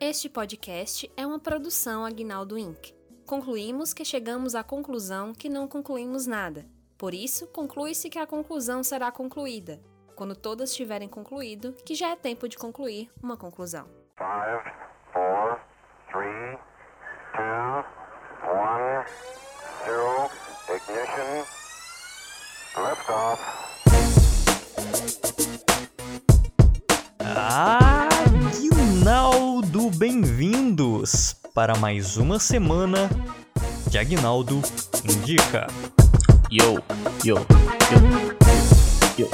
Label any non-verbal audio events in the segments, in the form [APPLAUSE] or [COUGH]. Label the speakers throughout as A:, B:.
A: Este podcast é uma produção Agnaldo Inc. Concluímos que chegamos à conclusão que não concluímos nada. Por isso, conclui-se que a conclusão será concluída. Quando todas tiverem concluído, que já é tempo de concluir uma conclusão.
B: Five, four, three, two, one, zero. Ignition. Liftoff.
C: Aguinaldo, bem-vindos para mais uma semana de Aguinaldo Indica.
D: Yo, yo, yo, yo.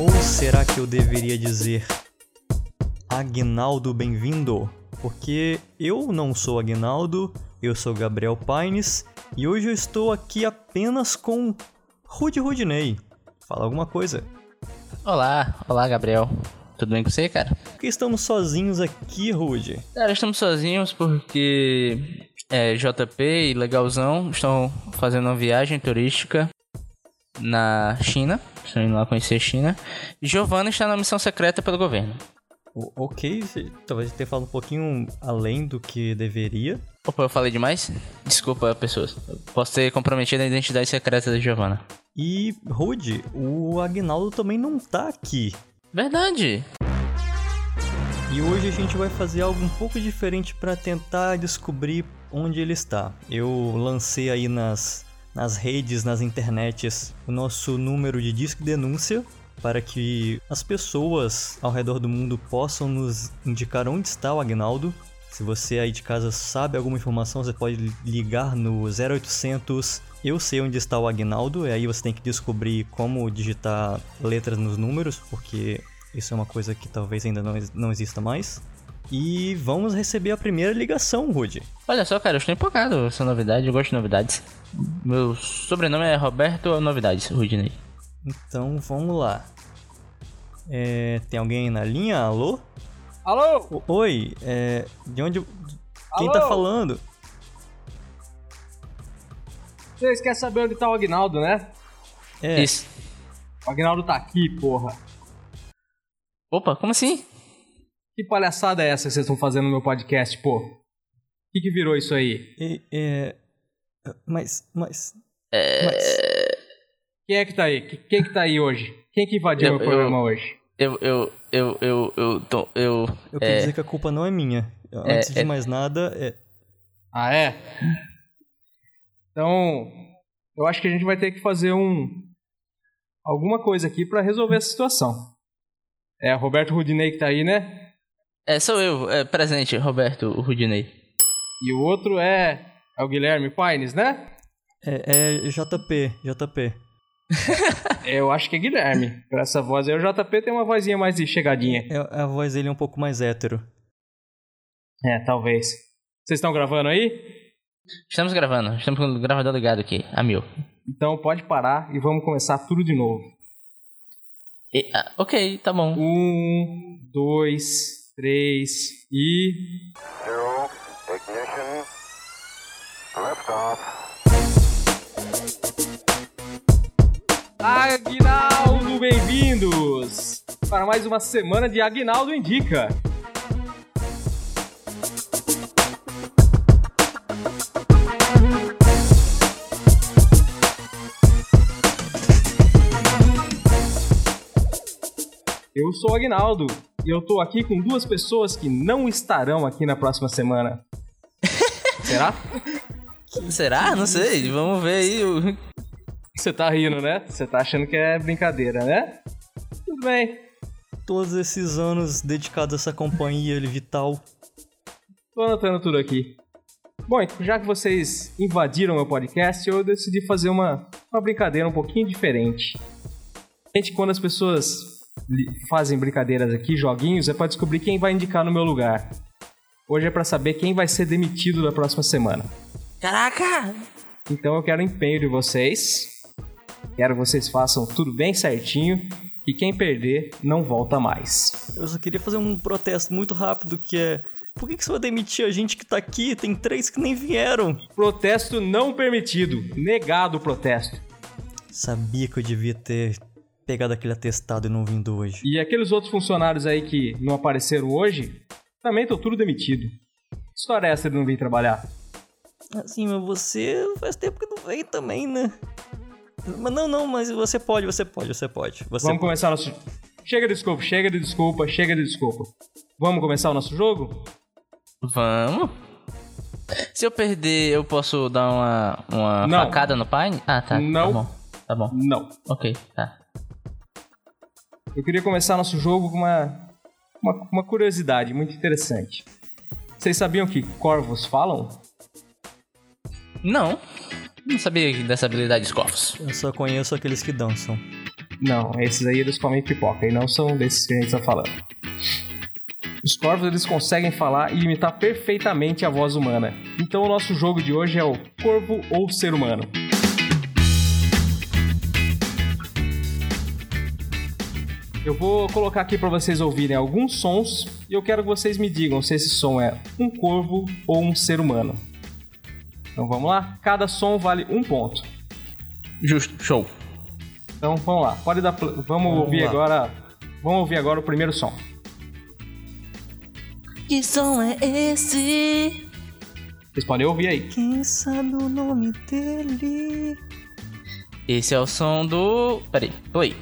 C: Ou será que eu deveria dizer Aguinaldo, bem-vindo? Porque eu não sou Aguinaldo, eu sou Gabriel Paines e hoje eu estou aqui apenas com Rude Rudinei. Fala alguma coisa.
D: Olá, olá Gabriel. Tudo bem com você, cara?
C: Por que estamos sozinhos aqui, Rude?
D: Cara, estamos sozinhos porque é, JP e Legalzão estão fazendo uma viagem turística na China. Estão indo lá conhecer a China. E Giovanna está na missão secreta pelo governo.
C: O- Ok, você talvez tenha falado um pouquinho além do que deveria.
D: Opa, eu falei demais? Desculpa, pessoas. Eu Posso ter comprometido a identidade secreta da Giovanna.
C: E, Rude, o Agnaldo também não tá aqui.
D: Verdade!
C: E hoje a gente vai fazer algo um pouco diferente para tentar descobrir onde ele está. Eu lancei aí nas, nas redes, nas internets, o nosso número de disco denúncia para que as pessoas ao redor do mundo possam nos indicar onde está o Agnaldo. Se você aí de casa sabe alguma informação, você pode ligar no 0800 Eu sei onde está o Agnaldo, e aí você tem que descobrir como digitar letras nos números, porque isso é uma coisa que talvez ainda não, ex- não exista mais. E vamos receber a primeira ligação, Rude.
D: Olha só, cara, eu estou empolgado com essa novidade, eu gosto de novidades. Meu sobrenome é Roberto Novidades, Rudinei.
C: Então vamos lá. É, tem alguém na linha? Alô?
E: Alô?
C: O- Oi, é, de onde. Quem
E: Alô?
C: tá falando?
E: Vocês querem saber onde tá o Agnaldo, né?
C: É,
D: Isso.
E: O Agnaldo tá aqui, porra.
D: Opa, como assim?
E: Que palhaçada é essa que vocês estão fazendo no meu podcast, pô? O que, que virou isso aí?
C: e- é, mas, mas. É,
E: Quem é que tá aí? Que- Quem que tá aí hoje? Quem que invadiu
D: Eu-
E: meu programa
D: eu-
E: hoje?
D: Eu, eu, eu, eu, eu, tô, eu,
C: Eu quero
D: é,
C: dizer que a culpa não é minha. Antes de mais nada, é,
E: Ah, é? Então, eu acho que a gente vai ter que fazer um. alguma coisa aqui pra resolver essa situação. É, Roberto Rudinei que tá aí, né?
D: é, sou eu, é, presente, Roberto Rudinei.
E: E o outro é. é o Guilherme Paines, né?
C: é, é JP, JP.
E: Eu acho que é Guilherme. Por essa voz aí, o JP tem uma vozinha mais de chegadinha.
C: É, a voz dele é um pouco mais hétero.
E: É, talvez. Vocês estão gravando aí?
D: Estamos gravando, estamos com o gravador ligado aqui, a mil.
E: Então pode parar e vamos começar tudo de novo.
D: E, ah, ok, tá bom.
E: Um, dois, três e.
B: Zero. Ignition. Liftoff.
E: Aguinaldo, bem-vindos! Para mais uma semana de Aguinaldo Indica. Eu sou o Aguinaldo e eu tô aqui com duas pessoas que não estarão aqui na próxima semana. Será?
D: Será? Não sei, vamos ver aí. o-
E: Você tá rindo, né? Você tá achando que é brincadeira, né? Tudo bem.
C: Todos esses anos dedicados a essa companhia vital.
E: Tô anotando tudo aqui. Bom, então, já que vocês invadiram meu podcast, eu decidi fazer uma, uma brincadeira um pouquinho diferente. Gente, quando as pessoas li- fazem brincadeiras aqui, joguinhos, é pra descobrir quem vai indicar no meu lugar. Hoje é pra saber quem vai ser demitido da próxima semana.
D: Caraca!
E: Então eu quero empenho de vocês. Quero que vocês façam tudo bem certinho. E quem perder, não volta mais.
C: Eu só queria fazer um protesto muito rápido que é. Por que, que você vai demitir a gente que tá aqui? Tem três que nem vieram.
E: Protesto não permitido. Negado o protesto.
C: Sabia que eu devia ter pegado aquele atestado e não vindo hoje.
E: E aqueles outros funcionários aí que não apareceram hoje, também tô tudo demitido. Que história é essa de não vir trabalhar?
C: Assim, mas você faz tempo que não veio também, né? Mas não, não, mas você pode, você pode, você pode. Você
E: Vamos
C: pode.
E: começar nosso. Chega de desculpa, chega de desculpa, chega de desculpa. Vamos começar o nosso jogo?
D: Vamos? Se eu perder, eu posso dar uma, uma
E: Não.
D: facada no Pine? Ah, tá.
E: Não.
D: Tá bom. Tá bom.
E: Não.
D: Ok, tá.
E: Eu queria começar nosso jogo com uma, uma, uma curiosidade muito interessante. Vocês sabiam que corvos falam?
D: Não. Não sabia dessa habilidade dos corvos.
C: Eu só conheço aqueles que dançam.
E: Não, esses aí eles comem pipoca e não são desses que a gente tá falando. Os corvos eles conseguem falar e imitar perfeitamente a voz humana. Então o nosso jogo de hoje é o corvo ou ser humano. Eu vou colocar aqui para vocês ouvirem alguns sons e eu quero que vocês me digam se esse som é um corvo ou um ser humano. Então vamos lá? Cada som vale um ponto.
D: Justo. Show.
E: Então vamos lá, pode dar. pl- Vamos, ouvir
C: lá.
E: agora. Vamos ouvir agora o primeiro som.
C: Que som é esse?
E: Vocês podem ouvir aí.
C: Quem sabe o nome dele?
D: Esse é o som do. Peraí. Oi.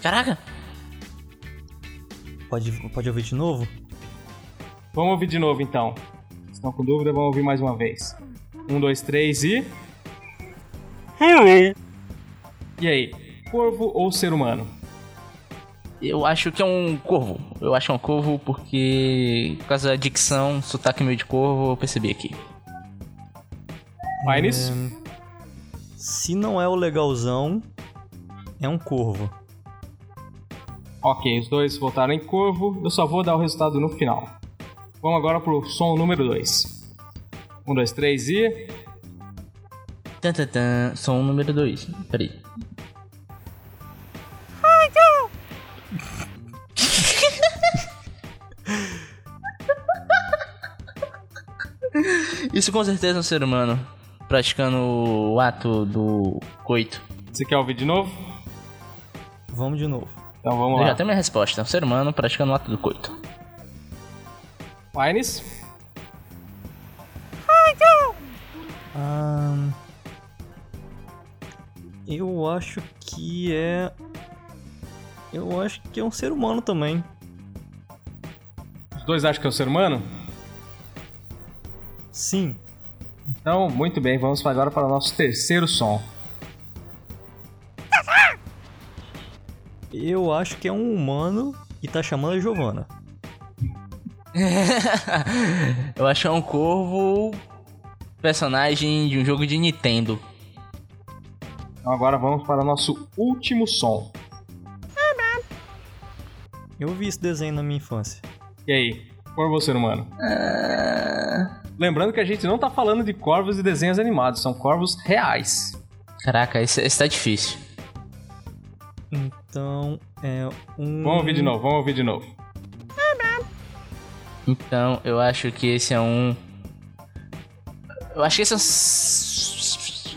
D: Caraca.
C: Pode, pode ouvir de novo?
E: Vamos ouvir de novo então. Se estão com dúvida, vamos ouvir mais uma vez. Um, dois, três e. E aí? Corvo ou ser humano?
D: Eu acho que é um corvo. Eu acho que é um corvo porque. Por causa da dicção, sotaque meio de corvo, eu percebi aqui.
E: Pines?
C: Se não é o legalzão, é um corvo.
E: Ok, os dois votaram em corvo. Eu só vou dar o resultado no final. Vamos agora pro som número 2. Um, dois, três e.
D: Tan, tan, tan. Som número 2. Peraí. Isso com certeza é um ser humano praticando o ato do coito.
E: Você quer ouvir de novo?
C: Vamos de novo.
E: Então vamos
D: Eu já
E: lá.
D: tenho minha resposta. É um ser humano praticando o ato do coito. [LAUGHS]
E: Pines?
C: Ahn, eu acho que é. Eu acho que é um ser humano também.
E: Os dois acham que é um ser humano?
C: Sim.
E: Então, muito bem, vamos agora para o nosso terceiro som.
C: Eu acho que é um humano e tá chamando a Giovana.
D: Eu acho que é um corvo personagem de um jogo de Nintendo.
E: Então agora vamos para o nosso último som.
C: Eu vi esse desenho na minha infância.
E: E aí, corvo ser humano? Lembrando que a gente não tá falando de corvos e desenhos animados, são corvos reais.
D: Caraca, esse, esse tá difícil.
C: Então é um.
E: Vamos ouvir de novo, vamos ouvir de novo.
D: Então, eu acho que esse é um. Eu acho que esse é um. s-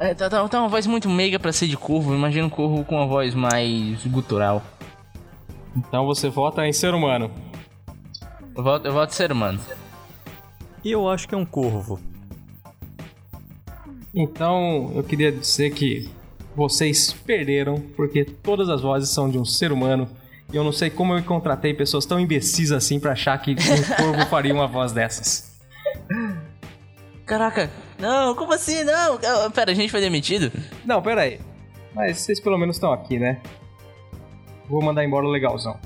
D: É, tá, tá- tá uma voz muito meiga pra ser de corvo. Imagina um corvo com uma voz mais gutural.
E: Então você vota em ser humano.
D: Eu voto, eu voto ser humano.
C: Eu acho que é um corvo.
E: Então eu queria dizer que vocês perderam, porque todas as vozes são de um ser humano. E eu não sei como eu contratei pessoas tão imbecis assim pra achar que um corvo faria uma voz dessas.
D: Caraca, não, como assim? Não, Ah, pera, a gente foi demitido?
E: Não, pera aí. Mas vocês pelo menos estão aqui, né? Vou mandar embora o legalzão.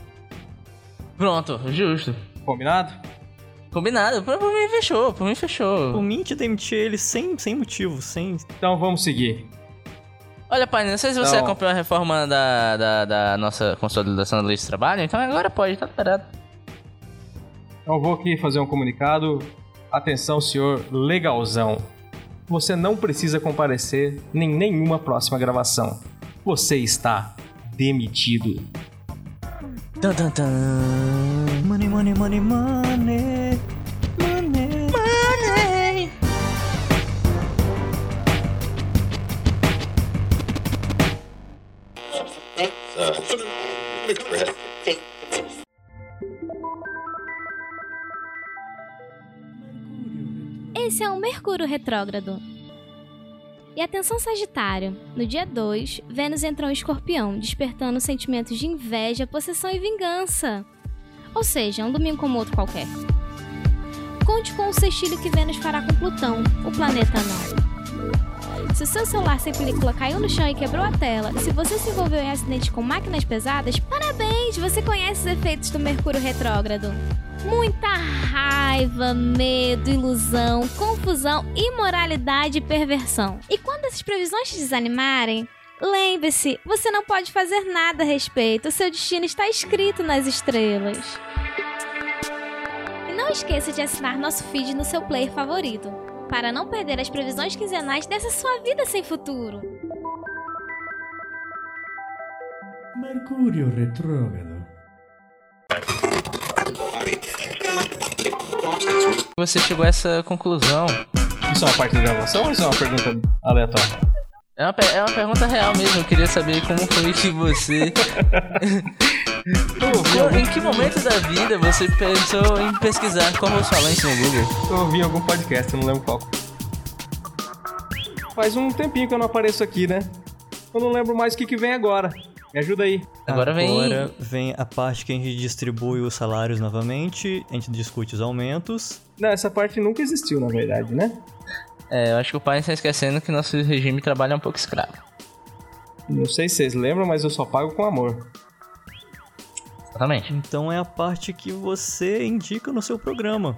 D: Pronto, justo.
E: Combinado?
D: Combinado, por, por mim fechou, por mim fechou.
C: O Mint demitiu ele sem, sem motivo, sem.
E: Então vamos seguir.
D: Olha, pai, não sei se você
E: Então-
D: acompanhou a reforma da, da, da nossa consolidação da lei de trabalho, então agora pode, tá parado.
E: Então vou aqui fazer um comunicado. Atenção, senhor legalzão. Você não precisa comparecer em nenhuma próxima gravação. Você está demitido.
D: Tan, tan, tan.
C: Money, money, money, money. Money.
F: Esse é um Mercúrio retrógrado. E atenção, Sagitário. No dia 2, Vênus entrou em Escorpião, despertando sentimentos de inveja, possessão e vingança. Ou seja, um domingo como outro qualquer. Conte com o sextilho que Vênus fará com Plutão, o planeta não. Se o seu celular sem película caiu no chão e quebrou a tela, se você se envolveu em acidente com máquinas pesadas, parabéns! Você conhece os efeitos do Mercúrio retrógrado. Muita raiva, medo, ilusão, confusão, imoralidade e perversão. E quando essas previsões te desanimarem, lembre-se, você não pode fazer nada a respeito. O seu destino está escrito nas estrelas. E não esqueça de assinar nosso feed no seu player favorito, para não perder as previsões quinzenais dessa sua vida sem futuro.
G: Mercurio retrógrado.
D: Você chegou a essa conclusão.
E: Isso é uma parte da gravação ou isso é uma pergunta aleatória?
D: É uma, pe- é uma pergunta real mesmo. Eu queria saber como foi que você. Qual- em que momento da vida você pensou em pesquisar correspondência no Google?
E: Eu ouvi em algum podcast, eu não lembro qual. Faz um tempinho que eu não apareço aqui, né? Eu não lembro mais o que, que vem agora. Me ajuda aí.
D: Agora vem-
C: Agora vem a parte que a gente distribui os salários novamente, a gente discute os aumentos.
E: Não, essa parte nunca existiu, na verdade, né?
D: É, eu acho que o pai está esquecendo que nosso regime trabalha um pouco escravo.
E: Não sei se vocês lembram, mas eu só pago com amor.
D: Exatamente.
C: Então é a parte que você indica no seu programa.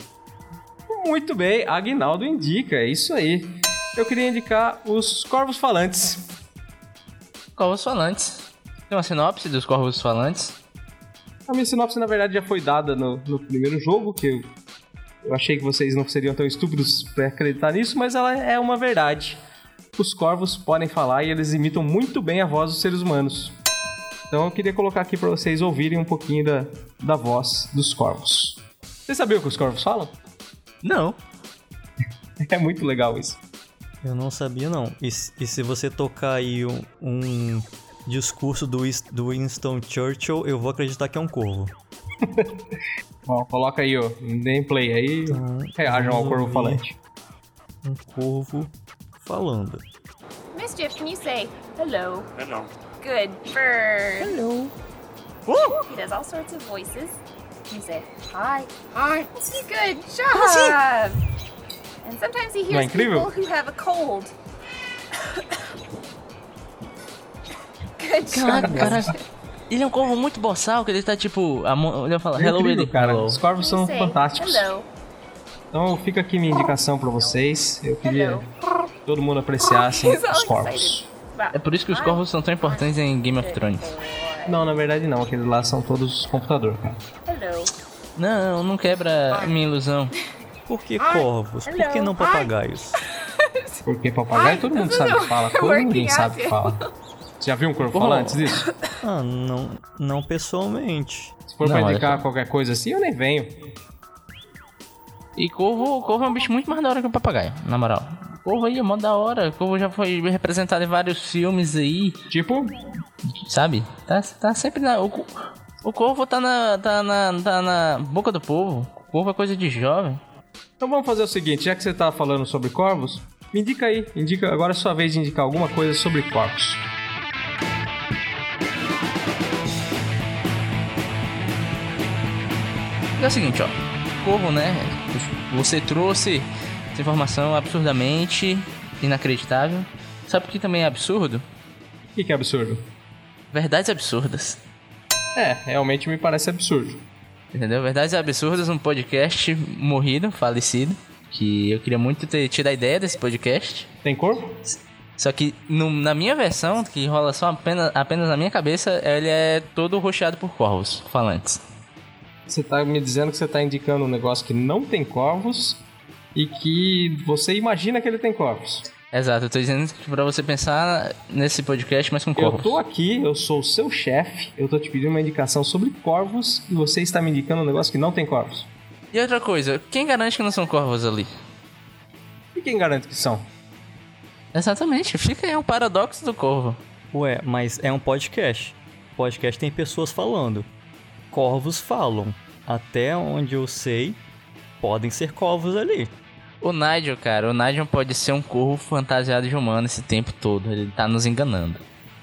E: Muito bem, Agnaldo indica, é isso aí. Eu queria indicar os Corvos Falantes.
D: Corvos falantes. Tem uma sinopse dos corvos falantes.
E: A minha sinopse, na verdade, já foi dada no, no primeiro jogo, que eu, eu achei que vocês não seriam tão estúpidos pra acreditar nisso, mas ela é uma verdade. Os corvos podem falar e eles imitam muito bem a voz dos seres humanos. Então eu queria colocar aqui pra vocês ouvirem um pouquinho da, da voz dos corvos. Vocês sabiam o que os corvos falam? [LAUGHS]
D: Não.
E: É muito legal isso.
C: Eu não sabia, não. E, se- e se você tocar aí um, um discurso do, Wis- do Winston Churchill, eu vou acreditar que é um corvo.
E: Ó, coloca aí, ó, um gameplay aí, reajam ao corvo falante.
C: Um corvo falando.
H: Mischief, can you say hello? Hello. Good. Bird. Hello. He does all sorts of voices. Can you say hi? Hi. Good job. And sometimes he
E: Não é
H: hears
E: incrível?
H: people who have a cold. Good job.
D: cara. Ele é um corvo muito boçal, que ele tá tipo. A mão, ele fala,
E: É
D: hello,
E: incrível,
D: ele.
E: cara.
D: hello."
E: Os corvos
H: Can
E: são
H: you say
E: fantásticos.
H: Hello.
E: Então fica aqui minha indicação pra vocês. Eu queria
H: Hello.
E: que todo mundo
H: [LAUGHS]
E: apreciasse
H: He's all
E: os corvos.
H: excited. But
D: É por isso que os
H: hi.
D: corvos são tão importantes em Game of Thrones.
E: Não, na verdade não. Aqueles lá são todos computador, cara.
H: Hello.
D: Não, não quebra a minha ilusão.
C: Por que corvos? Por que não papagaios?
E: Porque papagaio todo mundo sabe que
H: [LAUGHS]
E: fala. Todo
H: tá Working
E: mundo sabe
H: out.
E: que fala. Você já viu um corvo
D: Bom.
E: falar antes disso?
C: Ah, não, não pessoalmente.
E: Se for pra
D: Não,
E: indicar qualquer coisa assim, eu nem venho.
D: E corvo, corvo é um bicho muito mais da hora que o papagaio, na moral. Corvo aí é mó da hora. Corvo já foi representado em vários filmes aí,
E: Tipo,
D: sabe? Tá, tá sempre na. O, co- o corvo tá na, tá, na, tá na boca do povo. Corvo é coisa de jovem.
E: então vamos fazer o seguinte: já que você tá falando sobre corvos, me indica aí. Indica, agora é sua vez de indicar alguma coisa sobre corvos.
D: É o seguinte, ó. Corvo, né? Você trouxe essa informação absurdamente inacreditável. Sabe o que também é absurdo?
E: O que, que é absurdo?
D: Verdades absurdas.
E: É, realmente me parece absurdo.
D: Entendeu? Verdades Absurdas, um podcast morrido, falecido. Que eu queria muito ter tido a ideia desse podcast.
E: Tem corvo?
D: Só que no- na minha versão, que rola só apenas, apenas na minha cabeça, ele é todo rocheado por corvos falantes.
E: Você tá me dizendo que você tá indicando um negócio que não tem corvos e que você imagina que ele tem corvos.
D: Exato, eu tô dizendo que pra você pensar nesse podcast, mas com
E: Eu
D: corvos.
E: tô aqui, eu sou o seu chefe, eu tô te pedindo uma indicação sobre corvos e você está me indicando um negócio que não tem corvos.
D: E outra coisa, quem garante que não são corvos ali?
E: E quem garante que são?
D: Exatamente, fica aí um paradoxo do corvo.
C: Ué, mas é um podcast. podcast tem pessoas falando. Corvos falam. Até onde eu sei, podem ser corvos ali.
D: O Nigel, cara, o Nigel pode ser um corvo fantasiado de humano esse tempo todo. Ele tá nos enganando.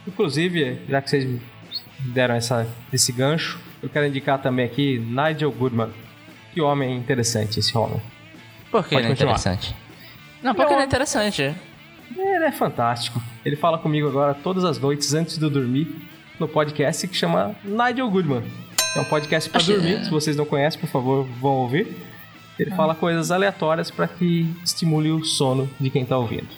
E: Inclusive, já que vocês me deram essa, esse gancho, eu quero indicar também aqui Nigel Goodman. Que homem interessante esse homem.
D: Por que
E: Pode
D: ele é
E: continuar.
D: interessante? Não, porque ele é interessante.
E: Ele é fantástico. Ele fala comigo agora todas as noites antes de eu dormir no podcast que chama Nigel Goodman. É um podcast pra dormir. Se vocês não conhecem, por favor, vão ouvir.
C: Ah.
E: Ele fala coisas aleatórias pra que estimule o sono de quem tá ouvindo.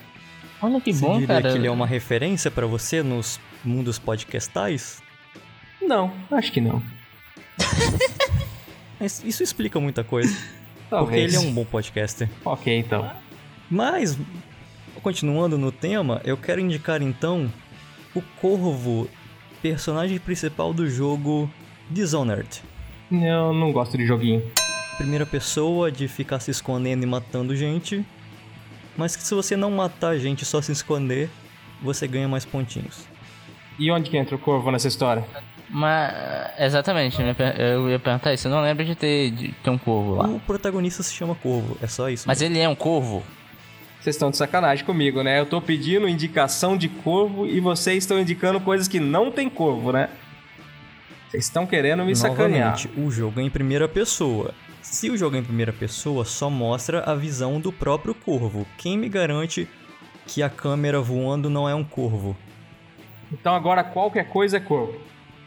D: Olha que
C: Você
D: bom,
C: diria
D: cara.
C: que ele é uma referência pra você nos mundos podcastais?
E: Não, acho que não.
C: Mas Isso explica muita coisa. porque
E: Talvez.
C: ele é um bom podcaster.
E: Ok, então.
C: Mas, continuando no tema, eu quero indicar então o Corvo, personagem principal do jogo Dishonored.
E: Eu não gosto de joguinho.
C: Primeira pessoa de ficar se escondendo e matando gente. Mas que se você não matar gente e só se esconder, você ganha mais pontinhos.
E: E onde que entra o corvo nessa história?
D: Mas, exatamente, eu ia per- eu ia perguntar isso. Eu não lembro de ter, de ter um corvo lá.
C: O protagonista se chama Corvo, é só isso.
D: Mas ele é um corvo?
E: Vocês estão de sacanagem comigo, né? Eu tô pedindo indicação de corvo e vocês estão indicando coisas que não tem corvo, né? Vocês estão querendo me sacanear.
C: Novamente, o jogo é em primeira pessoa. Se o jogo é em primeira pessoa, só mostra a visão do próprio corvo. Quem me garante que a câmera voando não é um corvo?
E: Então agora qualquer coisa é corvo.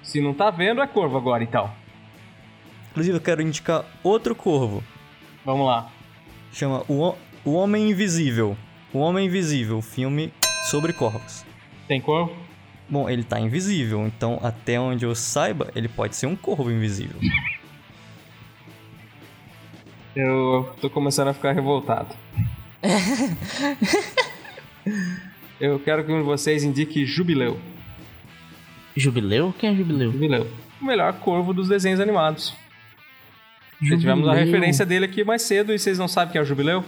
E: Se não tá vendo, é corvo agora, então.
C: Inclusive, eu quero indicar outro corvo.
E: Vamos lá.
C: Chama O, Ho- o Homem Invisível. O Homem Invisível, filme sobre corvos.
E: Tem corvo?
C: Bom, ele tá invisível, então até onde eu saiba, ele pode ser um corvo invisível.
E: Eu tô começando a ficar revoltado. Eu quero que um de vocês indique Jubileu.
D: Jubileu? Quem é Jubileu?
E: Jubileu. O melhor corvo dos desenhos animados. Já tivemos a
D: Jubileu.
E: referência dele aqui mais cedo e vocês não sabem quem é o Jubileu?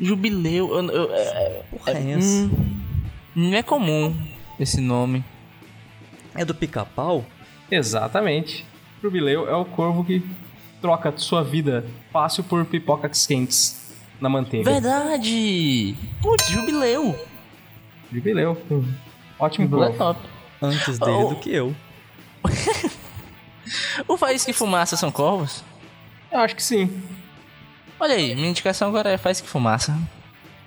D: Jubileu. eu- eu- é- é-
C: Porra,
E: Hum.
C: é essa?
D: não é comum esse nome.
C: É do pica-pau?
E: Exatamente. Jubileu é o corvo que troca sua vida fácil por pipocas quentes na manteiga.
D: Verdade! Putz, Jubileu!
E: Jubileu. Hum. Ótimo
D: É
E: corvo.
D: top.
C: Antes dele
E: Ah,
D: Oh.
C: do que eu.
D: O Faísca e Fumaça são corvos?
E: Eu acho que sim.
D: Olha aí, minha indicação agora é Faísca e Fumaça.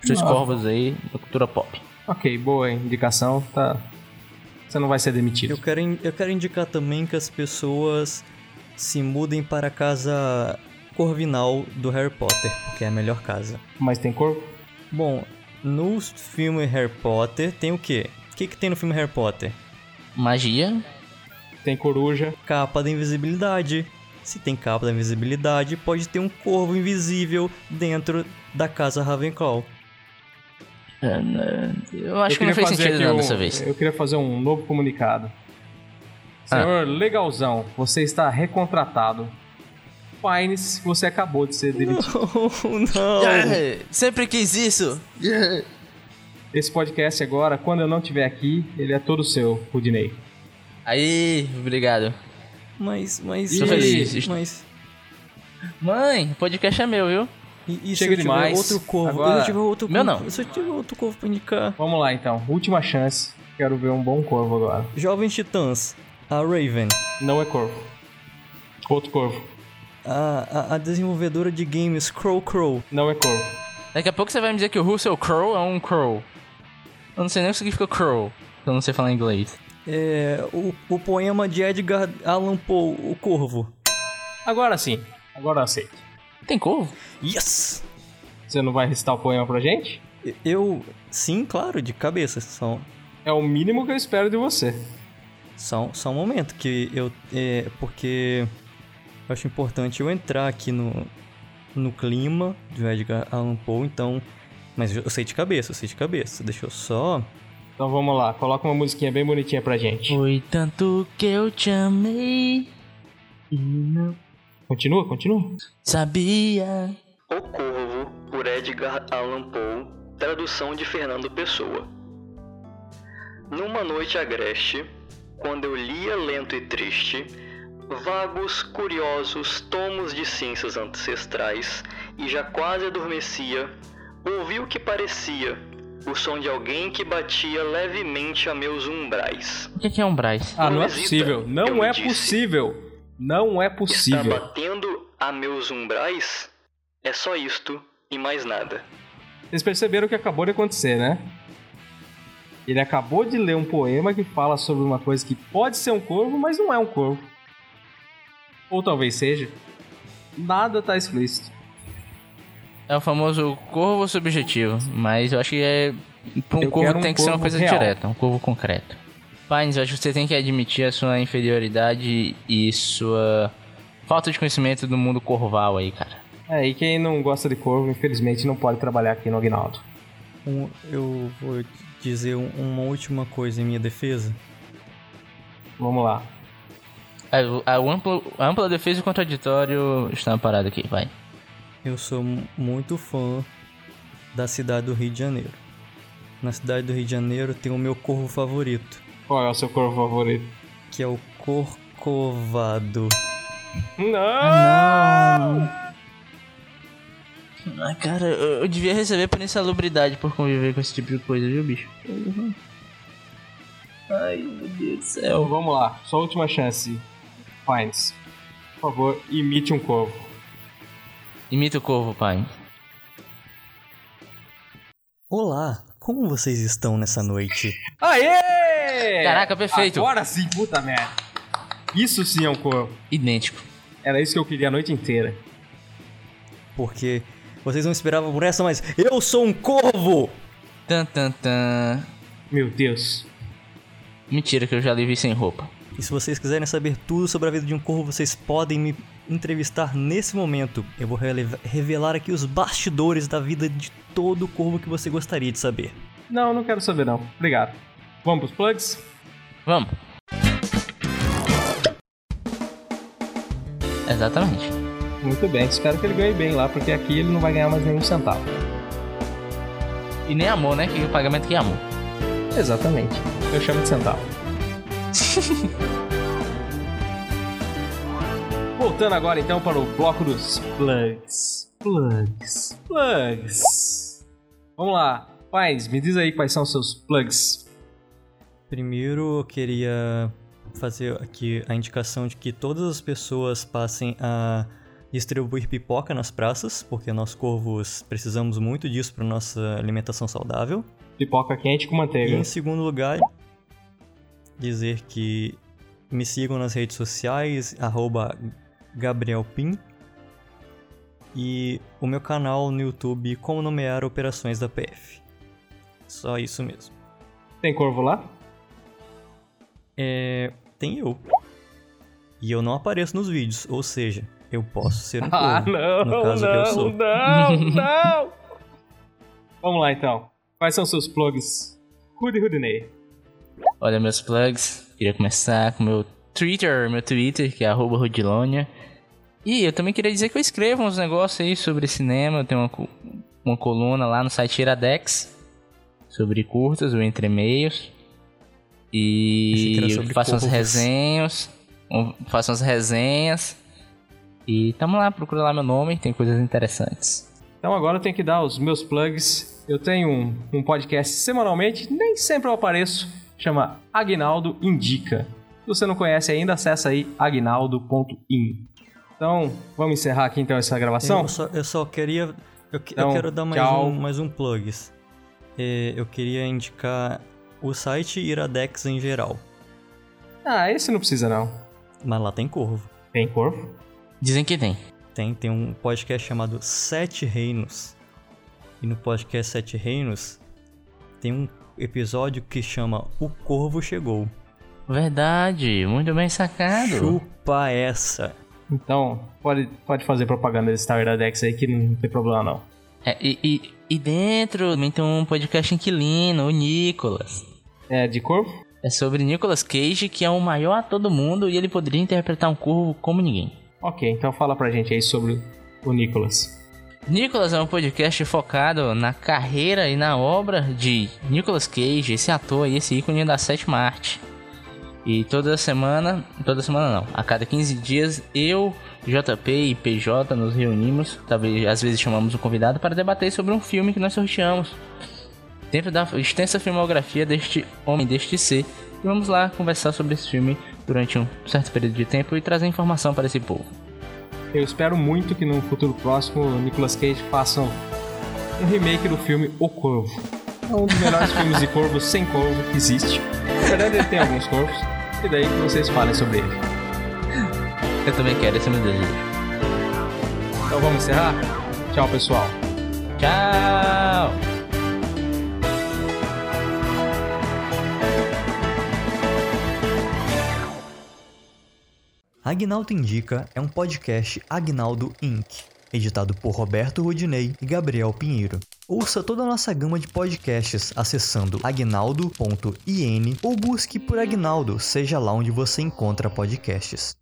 D: Os corvos aí da cultura pop.
E: Ok, boa indicação. Tá. Você não vai ser demitido.
C: Eu quero, in- eu quero indicar também que as pessoas se mudem para a casa Corvinal do Harry Potter, porque é a melhor casa.
E: Mas tem corvo?
C: Bom, no filme Harry Potter tem o quê? O que, que tem no filme Harry Potter?
D: Magia.
E: Tem coruja.
C: Capa da invisibilidade. Se tem capa da invisibilidade, pode ter um corvo invisível dentro da casa Ravenclaw. [LAUGHS]
D: Eu acho que não
E: queria
D: fez
E: fazer
D: sentido
E: aqui
D: nada
E: um-
D: dessa [LAUGHS] vez.
E: Eu queria fazer um novo comunicado. Senhor
D: Ah.
E: Legalzão, você está recontratado. Fines, você acabou de ser demitido.
C: Oh, não!
D: sempre quis isso!
E: Esse podcast agora, quando eu não estiver aqui, ele é todo seu, Rudinei.
D: Aí, obrigado.
C: Mas, mas,
D: Sou
C: mas,
D: feliz.
C: mas.
D: Mãe, o podcast é meu, viu?
C: E, e se
E: Chega
C: eu tiver
E: demais.
C: outro corvo?
E: Agora-
C: Eu tiver outro
D: Meu
C: corvo-
D: não.
C: Se eu tiver outro corvo pra indicar.
E: Vamos lá então, última chance. Quero ver um bom corvo agora.
C: Jovens Titãs, a Raven,
E: Não é corvo. Outro corvo.
C: a, a, a desenvolvedora de games Crow Crow.
E: Não é corvo.
D: Daqui a pouco você vai me dizer que o Russell Crowe é um crow. Eu não sei nem o que significa crow. Eu não sei falar inglês.
C: É, o, o poema de Edgar Allan Poe, O Corvo.
E: Agora sim. Agora eu aceito.
D: Tem corvo?
C: Yes!
E: Você não vai recitar o poema pra gente?
C: E- Eu, sim, claro, de cabeça. Só,
E: É o mínimo que eu espero de você.
C: só, só um momento que eu. É, porque eu acho importante eu entrar aqui no, no clima de Edgar Allan Poe, então. Mas eu sei de cabeça, eu sei de cabeça. Deixa eu só.
E: Então vamos lá, coloca uma musiquinha bem bonitinha pra gente.
D: Foi tanto que eu te amei. E não
E: Continua, continua.
D: sabia.
G: O Corvo, por Edgar Allan Poe, tradução de Fernando Pessoa. Numa noite agreste, quando eu lia lento e triste, vagos, curiosos tomos de cinzas ancestrais e já quase adormecia, ouvi o que parecia, o som de alguém que batia levemente a meus umbrais.
D: O que que é um Braz?
E: Ah, não é
G: Visita,
E: possível.
G: eu
E: Não
G: me
E: é
G: disse.
E: possível. Não é
G: Está
E: possível.
G: Tá batendo a meus umbrais? É só isto e mais nada.
E: Vocês perceberam o que acabou de acontecer, né? Ele acabou de ler um poema que fala sobre uma coisa que pode ser um corvo, mas não é um corvo. Ou talvez seja. Nada tá explícito.
D: É o famoso corvo subjetivo, mas eu acho que é. Pra um
E: Eu quero
D: corvo
E: um
D: tem que ser uma
E: corvo
D: coisa
E: real.
D: direta, um corvo concreto. Pines, eu acho que você tem que admitir a sua inferioridade e sua falta de conhecimento do mundo corval aí, cara.
E: É, e quem não gosta de corvo, infelizmente, não pode trabalhar aqui no Agnaldo.
C: Um- eu vou dizer um- uma última coisa em minha defesa.
E: Vamos lá.
D: A, a ampla, a ampla defesa e o contraditório está amparado aqui, vai.
C: Eu sou mu- muito fã da cidade do Rio de Janeiro. Na cidade do Rio de Janeiro tem o meu corvo favorito,
E: Qual é o seu corvo favorito?
C: que é o Corcovado.
E: Não!
D: Ah, cara, eu, eu devia receber por insalubridade por conviver com esse tipo de coisa, viu, bicho?
E: Uhum.
D: Ai, meu Deus do céu.
E: Então vamos lá, sua última chance. Pines, por favor, imite um corvo.
D: Imita o corvo, pai.
C: Olá, como vocês estão nessa noite?
E: Aê!
D: Caraca, perfeito.
E: É, Agora sim, puta merda. Isso sim é um corvo.
D: Idêntico.
E: Era isso que eu queria a noite inteira.
C: Porque vocês não esperavam por essa, mas eu sou um corvo!
D: Tan, tan, tan.
E: Meu Deus.
D: Mentira que eu já lhe vi sem roupa.
C: E se vocês quiserem saber tudo sobre a vida de um corvo, vocês podem me entrevistar nesse momento. Eu vou releva- revelar aqui os bastidores da vida de todo corvo que você gostaria de saber.
E: Não, não quero saber não. Obrigado. Vamos pros plugs?
D: Vamos. Exatamente.
E: Muito bem, espero que ele ganhe bem lá, porque aqui ele não vai ganhar mais nenhum centavo.
D: E nem amor, né? Que o pagamento que é amor.
E: Exatamente. Eu chamo de [LAUGHS] centavo. Voltando agora então para o bloco dos plugs. Plugs. Plugs. Vamos lá. Pais, me diz aí quais são os seus plugs.
C: Primeiro, eu queria fazer aqui a indicação de que todas as pessoas passem a distribuir pipoca nas praças, porque nós corvos precisamos muito disso para nossa alimentação saudável.
E: Pipoca quente com
C: E
E: manteiga.
C: em segundo lugar, dizer que me sigam nas redes sociais, arroba GabrielPim. E o meu canal no YouTube, Como Nomear Operações da PF. Só isso mesmo.
E: Tem corvo lá?
C: É, tem eu. E eu não apareço nos vídeos, ou seja, eu posso ser
E: [LAUGHS]
C: um
E: Ah,
C: corvo.
E: não,
C: no caso que eu
E: não,
C: sou. [LAUGHS]
E: não, não. Vamos lá então. Quais são os seus plugs? Rudy Rudinei.
D: Olha meus plugs. Queria começar com meu Twitter, meu Twitter, que é arroba Rudilonia. E eu também queria dizer que eu escrevo uns negócios aí sobre cinema. Eu tenho uma, co- uma coluna lá no site Iradex sobre curtas ou entre e-mails.
C: Achei que
D: E
C: era
D: eu
C: sobre
D: faço umas
C: corvos.
D: resenhas. um- Faço umas resenhas. E tamo lá, procura lá meu nome, tem coisas interessantes.
E: Então agora eu tenho que dar os meus plugs. Eu tenho um, um podcast semanalmente, nem sempre eu apareço, chama Agnaldo Indica. Se você não conhece ainda, acessa aí agnaldo.in. Então, vamos encerrar aqui então essa gravação?
C: Eu só, eu só queria. Eu, que- eu
E: Então,
C: quero dar mais
E: tchau.
C: um, mais um plugs. É, eu queria indicar o site Iradex em geral.
E: Ah, esse não precisa não.
C: Mas lá tem corvo.
E: Tem corvo?
D: Dizem que tem.
C: Tem, tem um podcast chamado Sete Reinos. E no podcast Sete Reinos tem um episódio que chama O Corvo Chegou.
D: Verdade, muito bem sacado.
C: Chupa essa.
E: Então, pode, pode fazer propaganda desse Tower da Dex aí que não tem problema não.
D: É, e, e, e dentro também tem um podcast inquilino, o Nicolas.
E: É de corvo?
D: É sobre Nicolas Cage, que é o maior ator do mundo e ele poderia interpretar um curvo como ninguém.
E: Ok, então fala pra gente aí sobre o Nicholas.
D: Nicolas é um podcast focado na carreira e na obra de Nicolas Cage, esse ator e esse ícone da sétima arte. E toda semana, toda semana não, a cada 15 dias eu, JP e PJ nos reunimos, talvez às vezes chamamos um convidado para debater sobre um filme que nós sorteamos. Dentro da extensa filmografia deste homem, deste ser, e vamos lá conversar sobre esse filme durante um certo período de tempo e trazer informação para esse povo.
E: Eu espero muito que no futuro próximo o Nicolas Cage faça um um remake do filme O Corvo. É um dos melhores [LAUGHS] filmes de corvo sem corvo que existe. Na verdade, ele tem alguns corvos. E daí que vocês falem sobre ele.
D: Eu também quero esse é meu desejo.
E: Então vamos encerrar? Tchau, pessoal.
D: Tchau!
C: Agnaldo Indica é um podcast Agnaldo Inc., editado por Roberto Rodinei e Gabriel Pinheiro. Ouça toda a nossa gama de podcasts acessando agnaldo.in ou busque por Agnaldo, seja lá onde você encontra podcasts.